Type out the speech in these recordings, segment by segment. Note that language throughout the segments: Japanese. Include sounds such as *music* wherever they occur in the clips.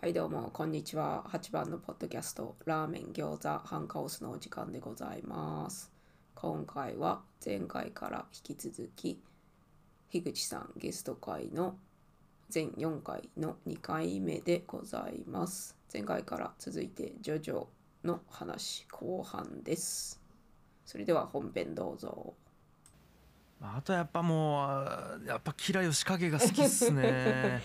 はいどうもこんにちは8番のポッドキャストラーメン餃子半カオスのお時間でございます今回は前回から引き続き樋口さんゲスト会の全4回の2回目でございます前回から続いてジョジョの話後半ですそれでは本編どうぞまあ、あとやっぱもうやっぱキラヨシカゲが好きっ *laughs* すね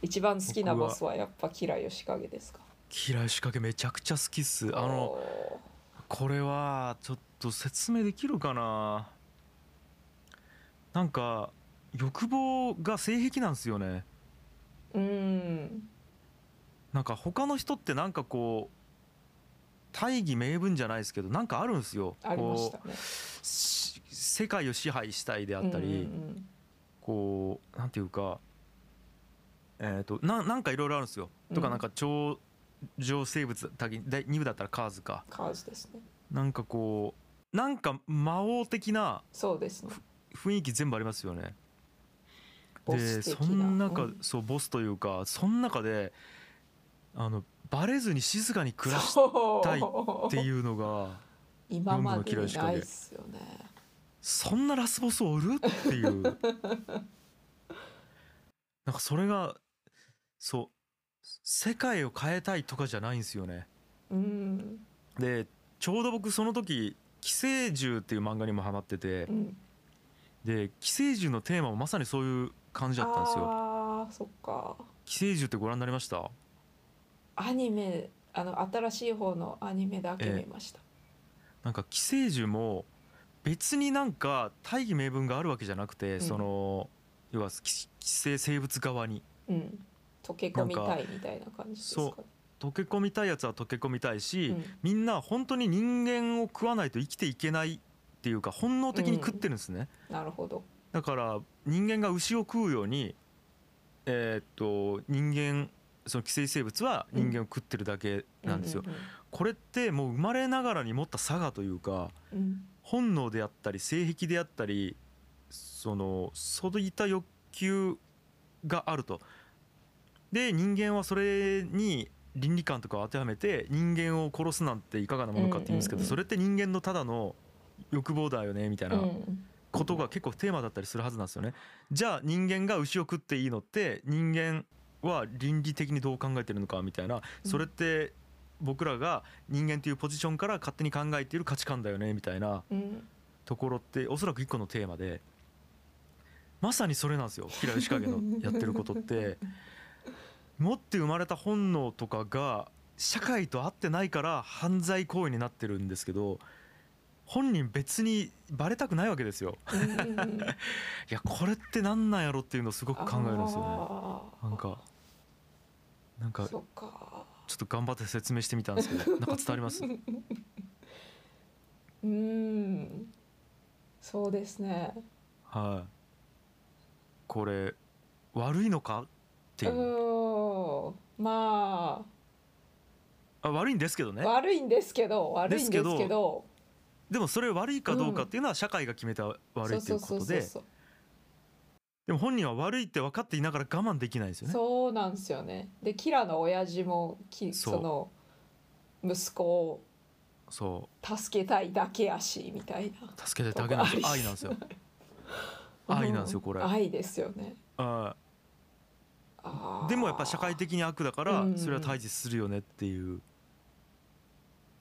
一番好きな僕はボスはやっぱキラヨシカゲですかキラヨシカゲめちゃくちゃ好きっすあのおこれはちょっと説明できるかななんか欲望が性癖なんですよねーうーんなんか他の人ってなんかこう大義名分じゃないですけどなんかあるんですよありましたこねうし世界を支配したいであったり、うんうんうんこうなんていうかえっ、とななんかいろいろあるんですよ。とうかんなんか超常生物だけ第2部だったらカーズかカーズですねなんかこうなんか魔王的なそうですね雰囲気全部ありますよね。ボスで的そのな中、うんそうボスというかその中であのバレずに静かに暮らしたたいってういうのが今までにないっすよねそんなラスボスおるっていうなんかそれがそう世界を変えたいとかじゃないんですよねうんでちょうど僕その時「寄生獣」っていう漫画にもハマっててうんで寄生獣のテーマもまさにそういう感じだったんですよあーそっか寄生獣ってご覧になりましたアニメあの新しい方のアニメだけええ見ました、なんか寄生獣も別になんか大義名分があるわけじゃなくて、んその要は寄寄生生物側にうん溶け込みたいみたいな感じですかね溶け込みたいやつは溶け込みたいし、うんみんな本当に人間を食わないと生きていけないっていうか本能的に食ってるんですね、なるほどだから人間が牛を食うようにえーっと人間その寄生生物は人間を食ってるだけなんですよ、うこれってもう生まれながらに持った差がというかうんうん本能であったり性癖であったりそのそういった欲求があるとで人間はそれに倫理観とかを当てはめて人間を殺すなんていかがなものかって言うんですけど、うんうんうんそれって人間のただの欲望だよねみたいな、うんうんことが結構テーマだったりするはずなんですよね。じゃあ人間が牛を食っていいのって人間は倫理的にどう考えてるのかみたいなそれって僕らが人間というポジションから勝手に考えている価値観だよねみたいなうんところっておそらく一個のテーマでまさにそれなんですよ平吉影 *laughs* のやってることって。持って生まれた本能とかが社会と合ってないから犯罪行為になってるんですけど本人別にバレたくないわけですよ。うんうんうんいやこれってなんなんやろっていうのをすごく考えるんですよあーねなんかなんかちそょっかっと頑張って説明してみたんですけ *laughs* どなんか伝わりますうーんそうですねはいこれ悪いのかっていううーんまあ悪いんですけどあね悪いんですけど悪いんですけどですけでもそれ悪いかどうかっていうのは社会が決めた悪いということでそうそうそうでも本人は悪いって分かっていながら我慢できないでそうすよねそうなんですよねでキラの親父もきそうその息子をそ助けたいだけやしみたいなう助けてだけなんです *laughs* よとかあり愛なんですよ *laughs* 愛なんですよこれうん愛ですよねあああーでもやっぱ社会的に悪だからうんそれは対峙するよねっていう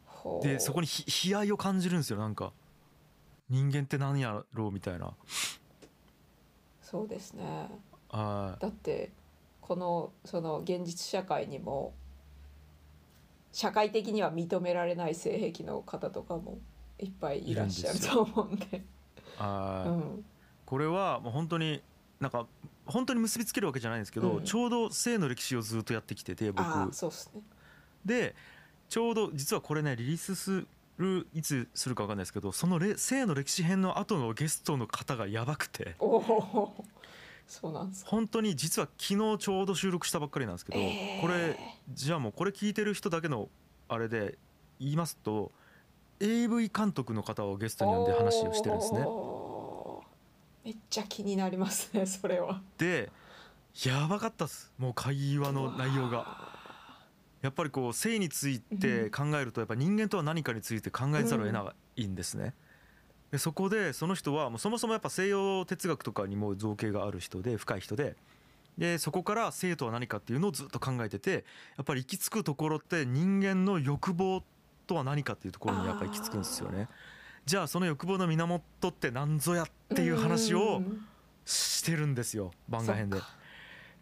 ほうでそこにひ悲哀を感じるんですよなんか人間って何やろうみたいなそうですねはいだってこのその現実社会にも社会的には認められない性癖の方とかもいっぱいいらっしゃるいるんですと思うんではいうんこれはもう本当になんか本当に結びつけるわけじゃないんですけど、うんちょうど性の歴史をずっとやってきてて僕ああそうですねでちょうど実はこれねリリースするいつするかわかんないですけどそのれ性の歴史編の後のゲストの方がやばくておお *laughs* そうなんですか本当に実は昨日ちょうど収録したばっかりなんですけど、えーこれじゃあもうこれ聞いてる人だけのあれで言いますと AV 監督の方をゲストに呼んで話をしてるんですねおーめっちゃ気になりますねそれはでやばかったっすもう会話の内容があやっぱりこう性について考えるとやっぱ人間とは何かについて考えざるを得ないんですね。でそこでその人はもうそもそもやっぱ西洋哲学とかにも造形がある人で深い人ででそこから生とは何かっていうのをずっと考えててやっぱり行き着くところって人間の欲望とは何かっていうところにやっぱり行き着くんですよね。じゃあその欲望の源って何ぞやっていう話をしてるんですよ番外編でそっか。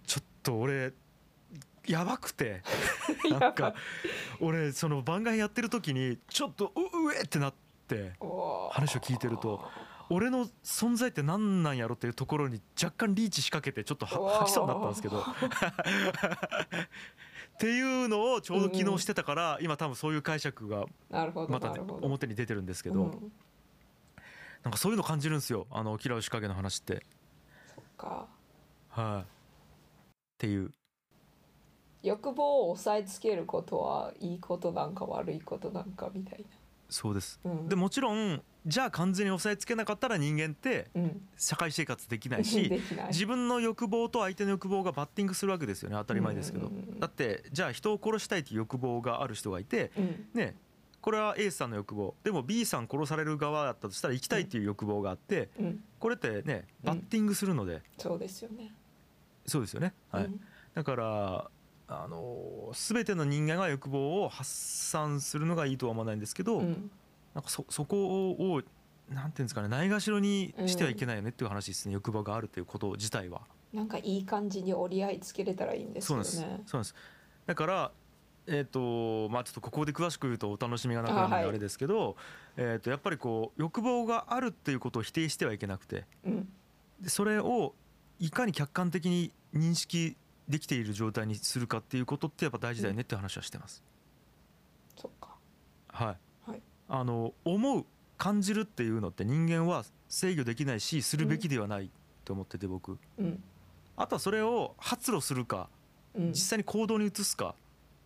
ちょっと俺やばくて *laughs* やばないんか俺その番外やってる時にちょっとううえってなって話話を聞いてると俺の存在って何なんやろっていうところに若干リーチ仕掛けてちょっうとわーは吐きそうになったんですけど *laughs* っていうのをちょうど昨日してたから今多分そういう解釈がなるほどまたなねるほど表に出てるんですけうどんなんかそういうの感じるんですよあの「嫌う仕掛け」の話って。かはいっていう欲望を抑えつけることはいいことなんか悪いことなんかみたいそうです。な、うん、でもちろんじゃあ完全に抑えつけなかったら人間ってうん社会生活できない *laughs* しできない自分の欲望と相手の欲望がバッティングするわけですよね当たり前ですけど、うんうんうんうんだってじゃあ人を殺したいという欲望がある人がいてうんねこれは A さんの欲望でも B さん殺される側だったとしたら生きたいという欲望があってうんこれってねうんバッティングするので、そうですよねそうですよね、はいうんだからあのー全ての人間が欲望を発散するのがいいとは思わないんですけど、うんなんかそそこをなんていうんですかねないがしろにしてはいけないよねっていう話ですね、欲望があるということ自体は。なんかいい感じに折り合いつけれたらいいんですそうよなんねです。そうなんです。だから。えっとまあ、ちょっとここで詳しく言うとお楽しみがなくなるのあはでいあれですけど、えっとやっぱりこう欲望があるっていうことを否定してはいけなくてうんでそれをいかに客観的に認識できている状態にするかっていうことってやっぱ大事だよねって話はしてます。そっかはい、はいあの思う感じるっていうのって人間は制御できないしするべきではないと思ってて僕、うんあとはそれを発露するかうん実際に行動に移すか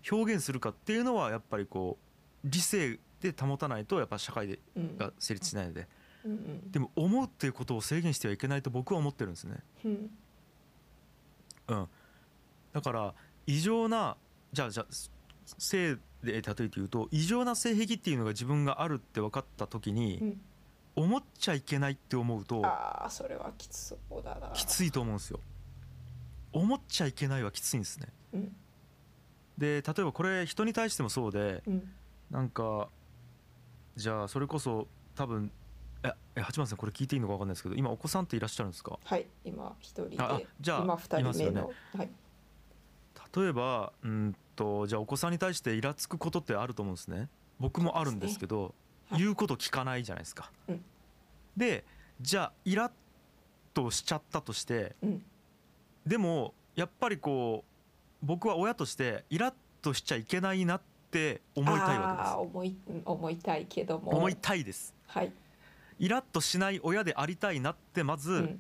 表現するかっていうのはやっぱりこう理性で保たないとやっぱ社会でうんが成立しないのでうんうんでも思うっていうことを制限してはいけないと僕は思ってるんですね。うんうん、だから異常なじゃあじゃあ性で例えて言うと異常な性癖っていうのが自分があるって分かった時うにん思っちゃいけないって思うとああそれはきつそうだなきついと思うんですよ。思っちゃいけないはきついんですね。うんで例えばこれ人に対してもそうでうんなんかじゃあそれこそ多分ええ八幡さんこれ聞いていいのか分かんないですけど今お子さんっていらっしゃるんですかはい今一人でああじゃあ今二い人ます目よねの、はい例えばうんとじゃあお子さんに対してイラつくことってあると思うんですね僕もあるんですけどそうですねはい言うこと聞かないじゃないですか、うんでじゃあイラッとしちゃったとしてうんでもやっぱりこう僕は親としてイラッとしちゃいけないなって思いたいわけであーす思いうん思いたいけども思いたいですはい、イラッとしない親でありたいなってまうずん、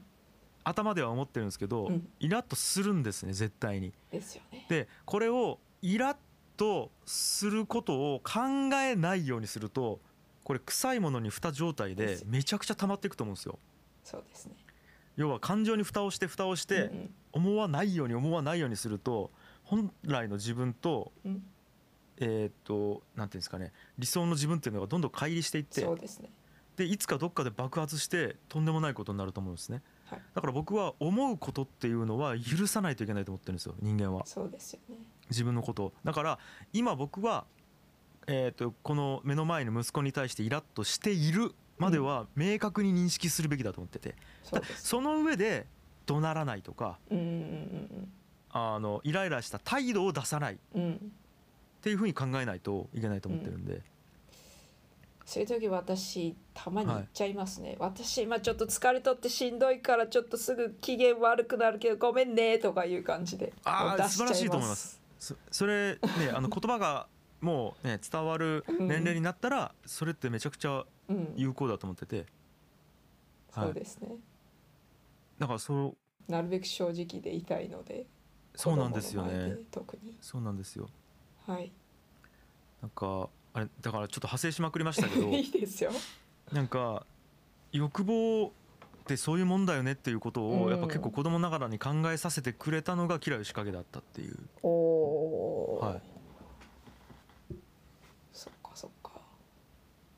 頭では思ってるんですけど、うんイラッとするんですね絶対に。ですよねでこれをイラッとすることを考えないようにするとこれ臭いものに蓋状態でですめちゃくちゃ溜まっていくと思うんですよ。そうですね要は感情に蓋をして蓋をしてうん思わないように思わないようにすると本来の自分とうんうん、えっ、となんていうんですかね理想の自分っていうのがどんどん乖離していってそうですねでいつかどっかで爆発してとんでもないことになると思うんですね、はいだから僕は思うことっていうのは許さないといけないと思ってるんですよ人間はそうですよね自分のことをだから今僕は、えー、とこの目の前の息子に対してイラッとしているまでは明確に認識するべきだと思ってて、そうたですその上で怒鳴らないとかうんうんあのイライラした態度を出さないっうんうんていうふうに考えないといけないと思ってるんで、そういう時私たまに言はっいちゃいますね、私今ちょっと疲れとってしんどいからちょっとすぐ機嫌悪くなるけどごめんねとかいう感じであ出ーしちゃ素晴らしいと思いますそそれねあの言葉がもうね伝わる年齢になったらそれってめちゃくちゃうん有効だと思っててはいそうですね、だからそうなるべく正直でいたいのでそうなんですよ子供の前ねで特にそうなんですよはいなんかあれだからちょっと派生しまくりましたけど *laughs* いいですよなんか欲望ってそういうもんだよねっていうことを、うんやっぱ結構子供ながらに考えさせてくれたのが「キラヨシカゲ」だったっていう、おお、はい、っ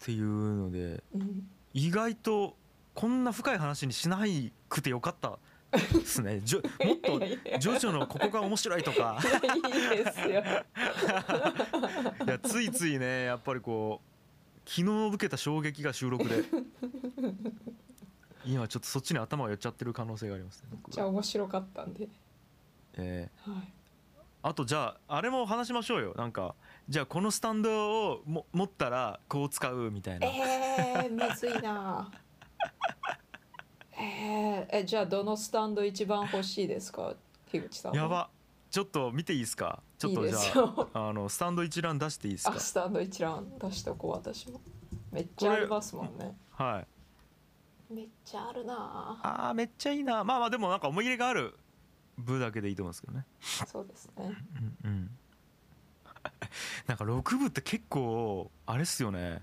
ていうのでうん意外とこんな深い話にしないくてよかったですねじょもっといやいやいやジョジョのここが面白いとか *laughs* いいですよ。いやついついねやっぱりこう昨日受けた衝撃が収録 *laughs* で今ちょっとそっちに頭が寄っちゃってる可能性がありますね僕じゃあ面白かったんで。えはい。ーあとじゃああれも話しましょうよなんかじゃあこのスタンドをも持ったらこう使うみたいなええー、むずいな。えー、え、じゃあどのスタンド一番欲しいですか、樋口さんは。やばちょっと見ていいですかちょっといいじゃですよ。ああのスタンド一覧出していいですあ、かスタンド一覧出しとこう私も。めっちゃありますもんね。はいめっちゃあるな。あーめっちゃいいなまあまあでもなんか思い入れがある部だけでいいと思うんですけどねそうですね。うんうんなんか6部って結構あれっすよね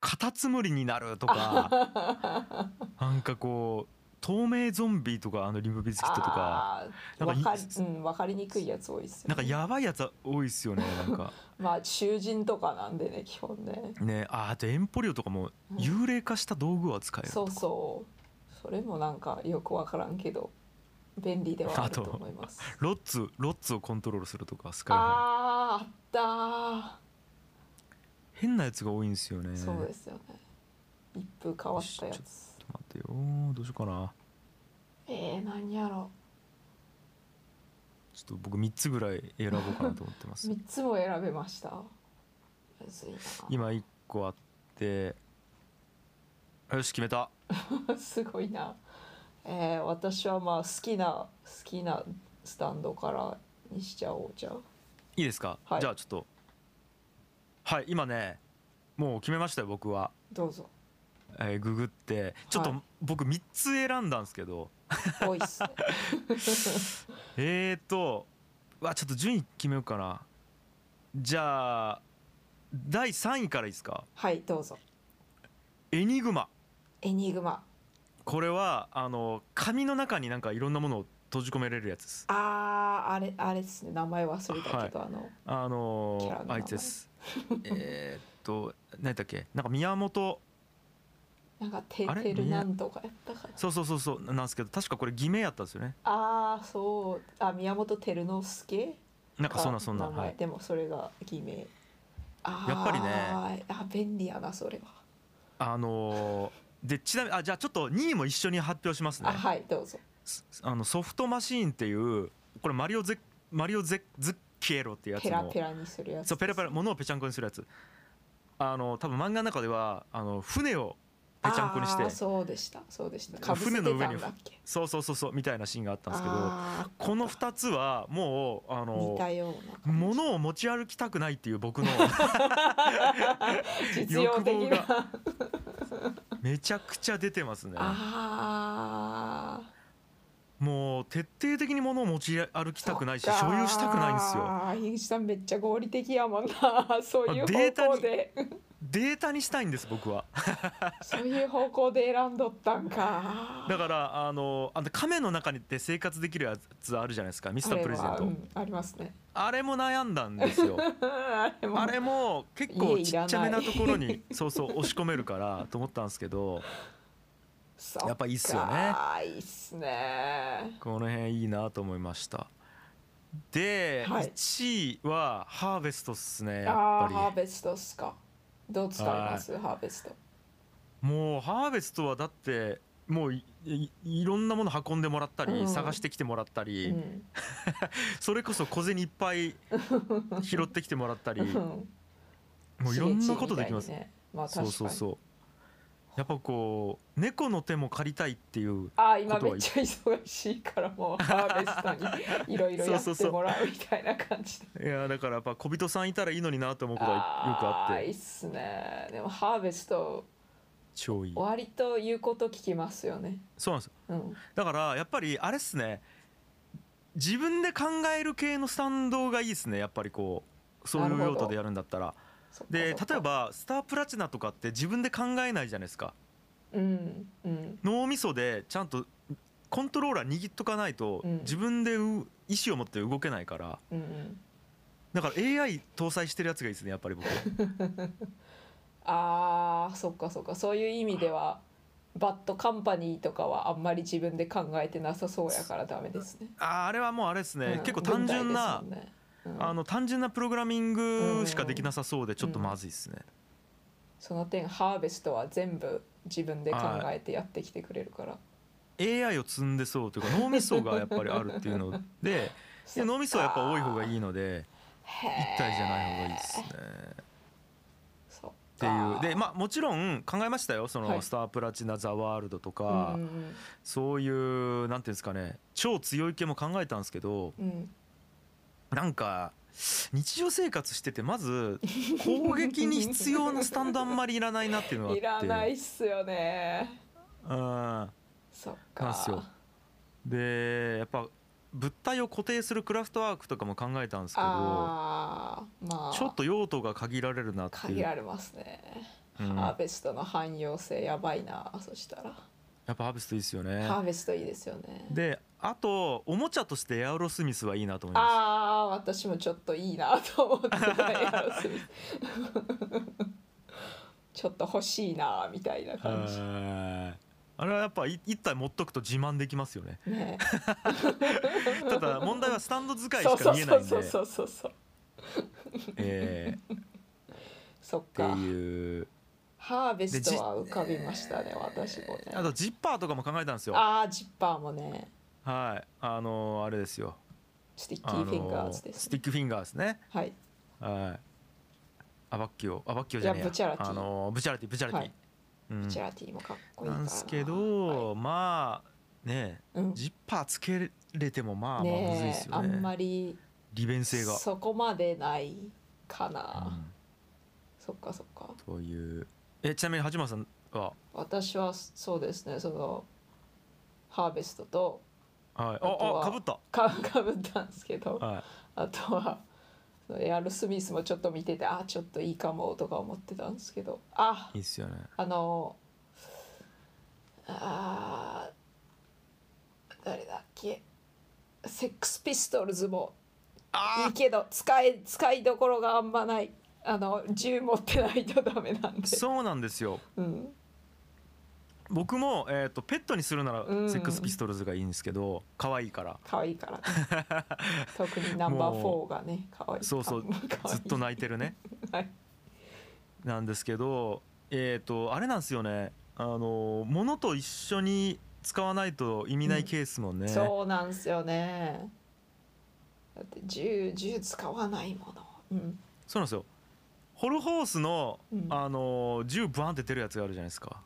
カタツムリになるとか *laughs* なんかこう透明ゾンビとかあのリムビズキットとかあー。なわんかかいうん、わかりにくいやつ多いですよ、ね。なんかやばいやつ多いっすよねな *laughs* んかまあ囚人とかなんでね基本ね、ねあーあとエンポリオとかもうん幽霊化した道具を扱えるそとかうそうそれもなんかよくわからんけど便利ではあると思いますロッツロッツをコントロールするとかスカイハイあーあっ変なやつが多いんですよねたーそうですよね一風変わったやよしつちょっと待ってよどうしようかなえー、何やろちょっと僕3つぐらい選ぼうかなと思ってます3つも選べましたむずい今1個あってよし決めたな *laughs* すごいなえー、私はまあ好きな好きなスタンドからにしちゃおうじゃあいいですか、はいじゃあちょっとはい今ねもう決めましたよ僕は、どうぞえーググってちょっと、はい僕3つ選んだんですけど多いっ *laughs* すねえーとうわちょっと順位決めようかなじゃあ第3位からいいですかはいどうぞエニグマエニグマこれはあの紙の中になんかいろんなものを閉じ込められるやつですあーあれあれですね名前忘れたけど、あのあのキャラの名ー、前あいつです。えーっと、何だっけ、なんか宮本、なんかテあれテルみやなんとかやったかなそうそうそうそう、なんですけど、確かこれ偽名やったんですよね。ああそうあ宮本照之助なんかそんながそんな、名前はい、でもそれが偽名あーやっぱりねあ便利やなそれは、あのーで、ちなみに、あ、じゃあ、ちょっと2位も一緒に発表しますねあ。はいどうぞすあの、ソフトマシーンっていう、これマリオゼ、マリオゼ、ズッケロっていうやつペラの。ペラにするやつそう、ペラペラ、もものをぺちゃんこにするやつ。あの、多分漫画の中では、あの、船をぺちゃんこにして。そうでしたそうでしたかぶせて船の上たにんだっけそうそうそうそうみたいなシーンがあったんですけどあこの2つはもうあーの似たような感じ物を持ち歩きたくないってい *laughs* う僕の実用的欲望なめちゃくちゃ出てますねああもう徹底的に物を持ち歩きたくないし所有したくないんですよああ、樋口さんめっちゃ合理的やもんな。そういうデータ方に向で、データにしたいんです僕はそういう方向で選んどったんか。だからあのあの亀の中にって生活できるやつあるじゃないですかミスタープレゼンあれトはうんありますね。 *laughs* あれも悩んだんですよあれもあれも結構家いちらなっいちゃめなところに *laughs* そうそう押し込めるからと思ったんですけどそかやっぱいいっすよねいいっすね。この辺いいなと思いましたで、はい1位はハーベストっすねやっああー、ハぱーベストっすか。どう使いますハーベスト。りもうハーベストはだってもういいいろんなもの運んでもらったり、うん探してきてもらったうり、ん。それこそ小銭いっ *laughs* ぱい拾ってきてもらったりうんもういろんなことできま *laughs* す、刺激みたいにねまあ確かそうに。そうそうやっぱこう猫の手も借りたいっていうああ今ことめはっちゃ忙しいからも *laughs* うハーベストにいろいろやそっうそうそてうもらうみたいな感じでいやだからやっぱ小人さんいたらいいのになと思うことはよくあっーいいてっすねでもハーベスト超いい割と言うこと聞きますよねそうなんですようんだからやっぱりあれっすね自分で考える系のスタンドがいいですねやっぱりこうそういなるうほど用途でやるんだったらそっかでそっか例えばスタープラチナとかって自分で考えないじゃないですかうんうん脳みそでちゃんとコントローラー握っとかないとうん自分でう意思を持って動けないからうんうん *laughs* だから AI 搭載してるやつがいいですねやっぱり僕あーそっかそっかそういう意味ではバッドカンパニーとかはあんまり自分で考えてなさそうやからダメですね。あーあれはもうあれですね、うん結構単純な、文体ですもんねうんあの単純なプログラミングしかできなさそうでちょっとうんまずいですね、その点ハーベストは全部自分で考えてやってきてくれるから。 AI を積んでそうというか脳みそがやっぱりあるっていうの *laughs* でで脳みそはやっぱ多い方がいい。いので一一体じゃない方がいいですね。そうっていうでまあもちろん考えましたよその、はいスタープラチナ・ザ・ワールド」とあか、うんうんそういうなんていうんですかね超強い系も考えたんですけどうんなんか日常生活しててまず攻撃に必要なスタンドあんまりいらないなっていうのがあっ *laughs* ていらないっすよね。うんそっなんか。すよでやっぱ物体を固定するクラフトワークとかも考えたんですけどああまあちょっと用途が限られるなってい限う、られますね。うんハやーベストの汎用性やばいなそしたら、っぱハーベストいいですよねハーベストいいですよねであとおもちゃとしてエアロスミスはいいなと思いまあー私もちょっといいなと思 *laughs* ってたエアロスミスちょっと欲しいなみたいなす感じはいあれはやっぱい一体持っとくと自慢できますよ *laughs* ねねただ問題はスタンド使いそうしそかう見えそなういんでそうそうそうそうえーそっってかいうハーベスでトじは浮かびましたね私もねあとジッパーとかも考えたんですよあージッパーもねはいあのーあれですよスティッキあーのフィンガーズです、スティックフィンガーですねはいはいアバッキオアバッキオじゃねえいやブチャラティあのーブチャラティブチャラティ、はいうんチャラティもかっこいいかならんですけど、はいまあねうんジッパーつけれてもまあまあむずいでねすえよあねんまり利便性が、そこまでないかうな、んそっかそっかというえちなみに八幡さんは私はそうですねそのハーベストとはいとはああかぶったか *laughs* かぶったんですけどはいあとはそのエアル・スミスもちょっと見ててあちょっといいかもとか思ってたんですけどあいいっすよねあのあー誰だっけセックスピストルズもいあいけど使い使いどころがあんまないあの銃持ってないとダメなんであそうなんですようん僕も、えー、とペットにするならうんセックスピストルズがいいんですけど可愛いから可愛いから、ね、 *laughs* 特にナンバーフォーがね可愛いそうそうか可愛ずいっと泣いて *laughs* るねはいなんですけどえっ、とあれなんですよねあの物と一緒に使わないと意味ないケースもね、そうなんすよねだって銃銃使わないものうんそうなんですよホルホースの、うんあの銃ブワンって出るやつがあるじゃないですか、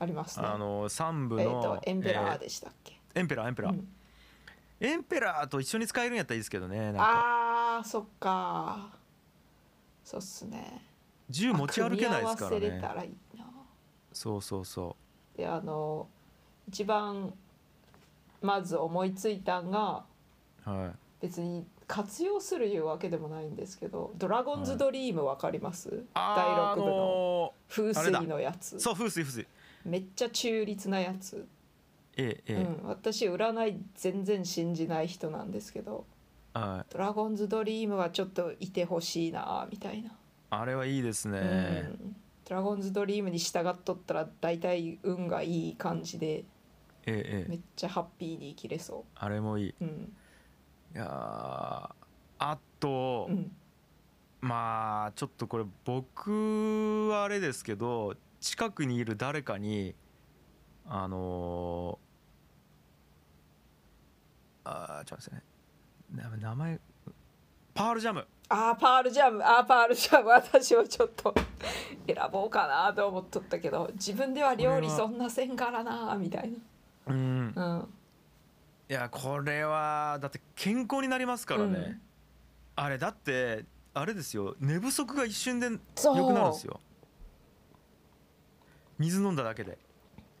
ありますねあの3部えっ、のと、エンペラーえでしたっけ、ーエンペラーエンペラー、うんエンペラーと一緒に使えるんやったらいいですけどねなんかあーそっかそうっすね銃持ち歩けないですか組み合わらせれねたらいいなそうそうそであの一番まず思いついたんがうはい別に活用するいうわけでもないんですけど「ドラゴンズ・ドリーム」わかります、あー第6部あののー風水のやつそう風水風水めっちゃ中立なやつ、ええええ、うん、私占い全然信じない人なんですけどは「いドラゴンズ・ドリーム」はちょっといてほしいなみたいな、あれはいいですね、うんドラゴンズ・ドリームに従っとったら大体運がいい感じでええええめっちゃハッピーに生きれそ、あれもいいいううんやーあと、うん、まあちょっとこれ僕はあれですけど近くにいる誰かにあのー、あーちょっと待ってくださいねな名前パールジャムあーパールジャムあーパールジャム私はちょっと選ぼうかなと思っとったけど自分では料理これはそんなせんからなみたいうんな、うん、いやこれはだって健康になりますからね、うんあれだってあれですよ寝不足が一瞬でそう良くなるんですよ水飲んだだけで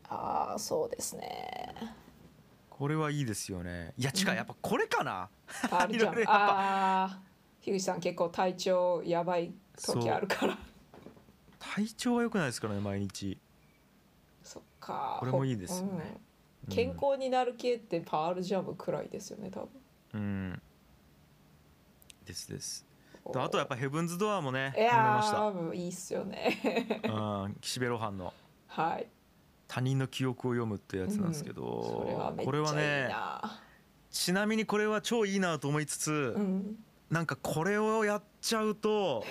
ああそうですねこれはいいですよねいや違う、うんやっぱこれかなパールジャいろムいろやっああー樋口さん結構体調やばい時あるから体調は良くないですからね毎日、そっかこれもいいですよねうん健康になる系ってパールジャムくらいですよね多分うんですですとあとやっぱ「ヘブンズ・ドアー」もねい読めやましーもういいっすよね *laughs* た、うん、岸辺露伴のはい「他人の記憶を読む」ってやつなんですけど、それはめっこれちはゃいいねな、ちなみにこれは超いいなと思いつつ、うん、なんかこれをやっちゃ *laughs* うと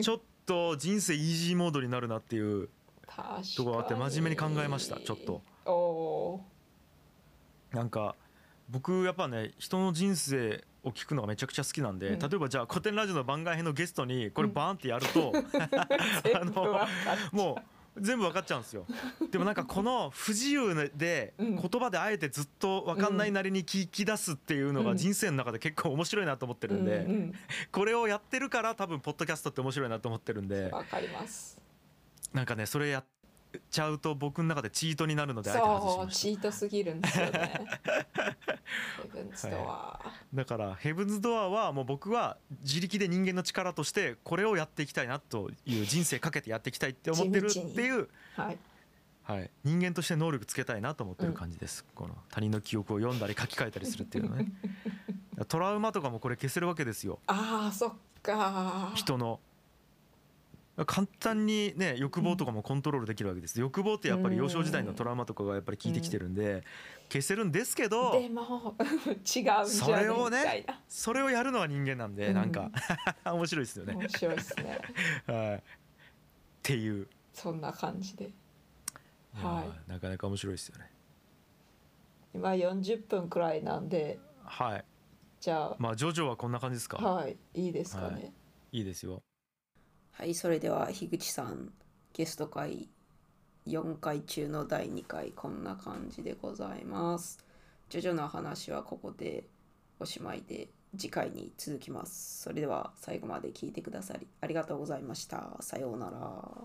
ちょっと人生イージーモードになるなっていう確かにところがあって真面目に考えましたちょっとおおなんか僕やっぱね人の人生を聞くのがめちゃくちゃ好きなんで、うん例えばじゃあ古典ラジオの番外編のゲストにこれバーンってや *laughs* ると、ー全部わかっもう全部分かっちゃうんですよでもなんかこの不自由でうん言葉であえてずっと分かんないなりに聞き出すっていうのうがん人生の中で結構面白いなと思ってるんで、うんうんこれをやってるから多分ポッドキャストって面白いなと思ってるんでわかります。なんかねそれやっちゃうと僕の中でチートになるのであえて外しそう、ましチートすぎるんですよね。セブンズドア。ただからヘブンズ・ドアーはもう僕は自力で人間の力としてこれをやっていきたいなという人生かけてやっていきたいって思ってるって地道にいう、はい。はい、人間として能力つけたいなと思ってる感じです、この他人の記憶を読んだり書き換えたりするってい *laughs* うのねトラウマとかもこれ消せるわけですよああ、そっか。人の簡単にね欲望とかもコントロールできるわけです欲望ってやっぱり幼少時代のトラウマとかがやっぱり効いてきてるんで消せるんですけどでも違うんじゃねそれをみねたいな。それをやるのは人間なんうでんなんか *laughs* 面白いですよね面白いですね。はいっていうそんな感じで。いやはいーなかなか面白いですよね今40分くらいなんで、はいじゃまあジョジョはこんな感じですあ、かはい、いいですかはね。いいですよはい、それでは樋口さん、ゲスト会4回中の第2回、こんな感じでございます。ジョジョの話はここでおしまいで、次回に続きます。それでは最後まで聞いてくださりありがとうございました。さようなら。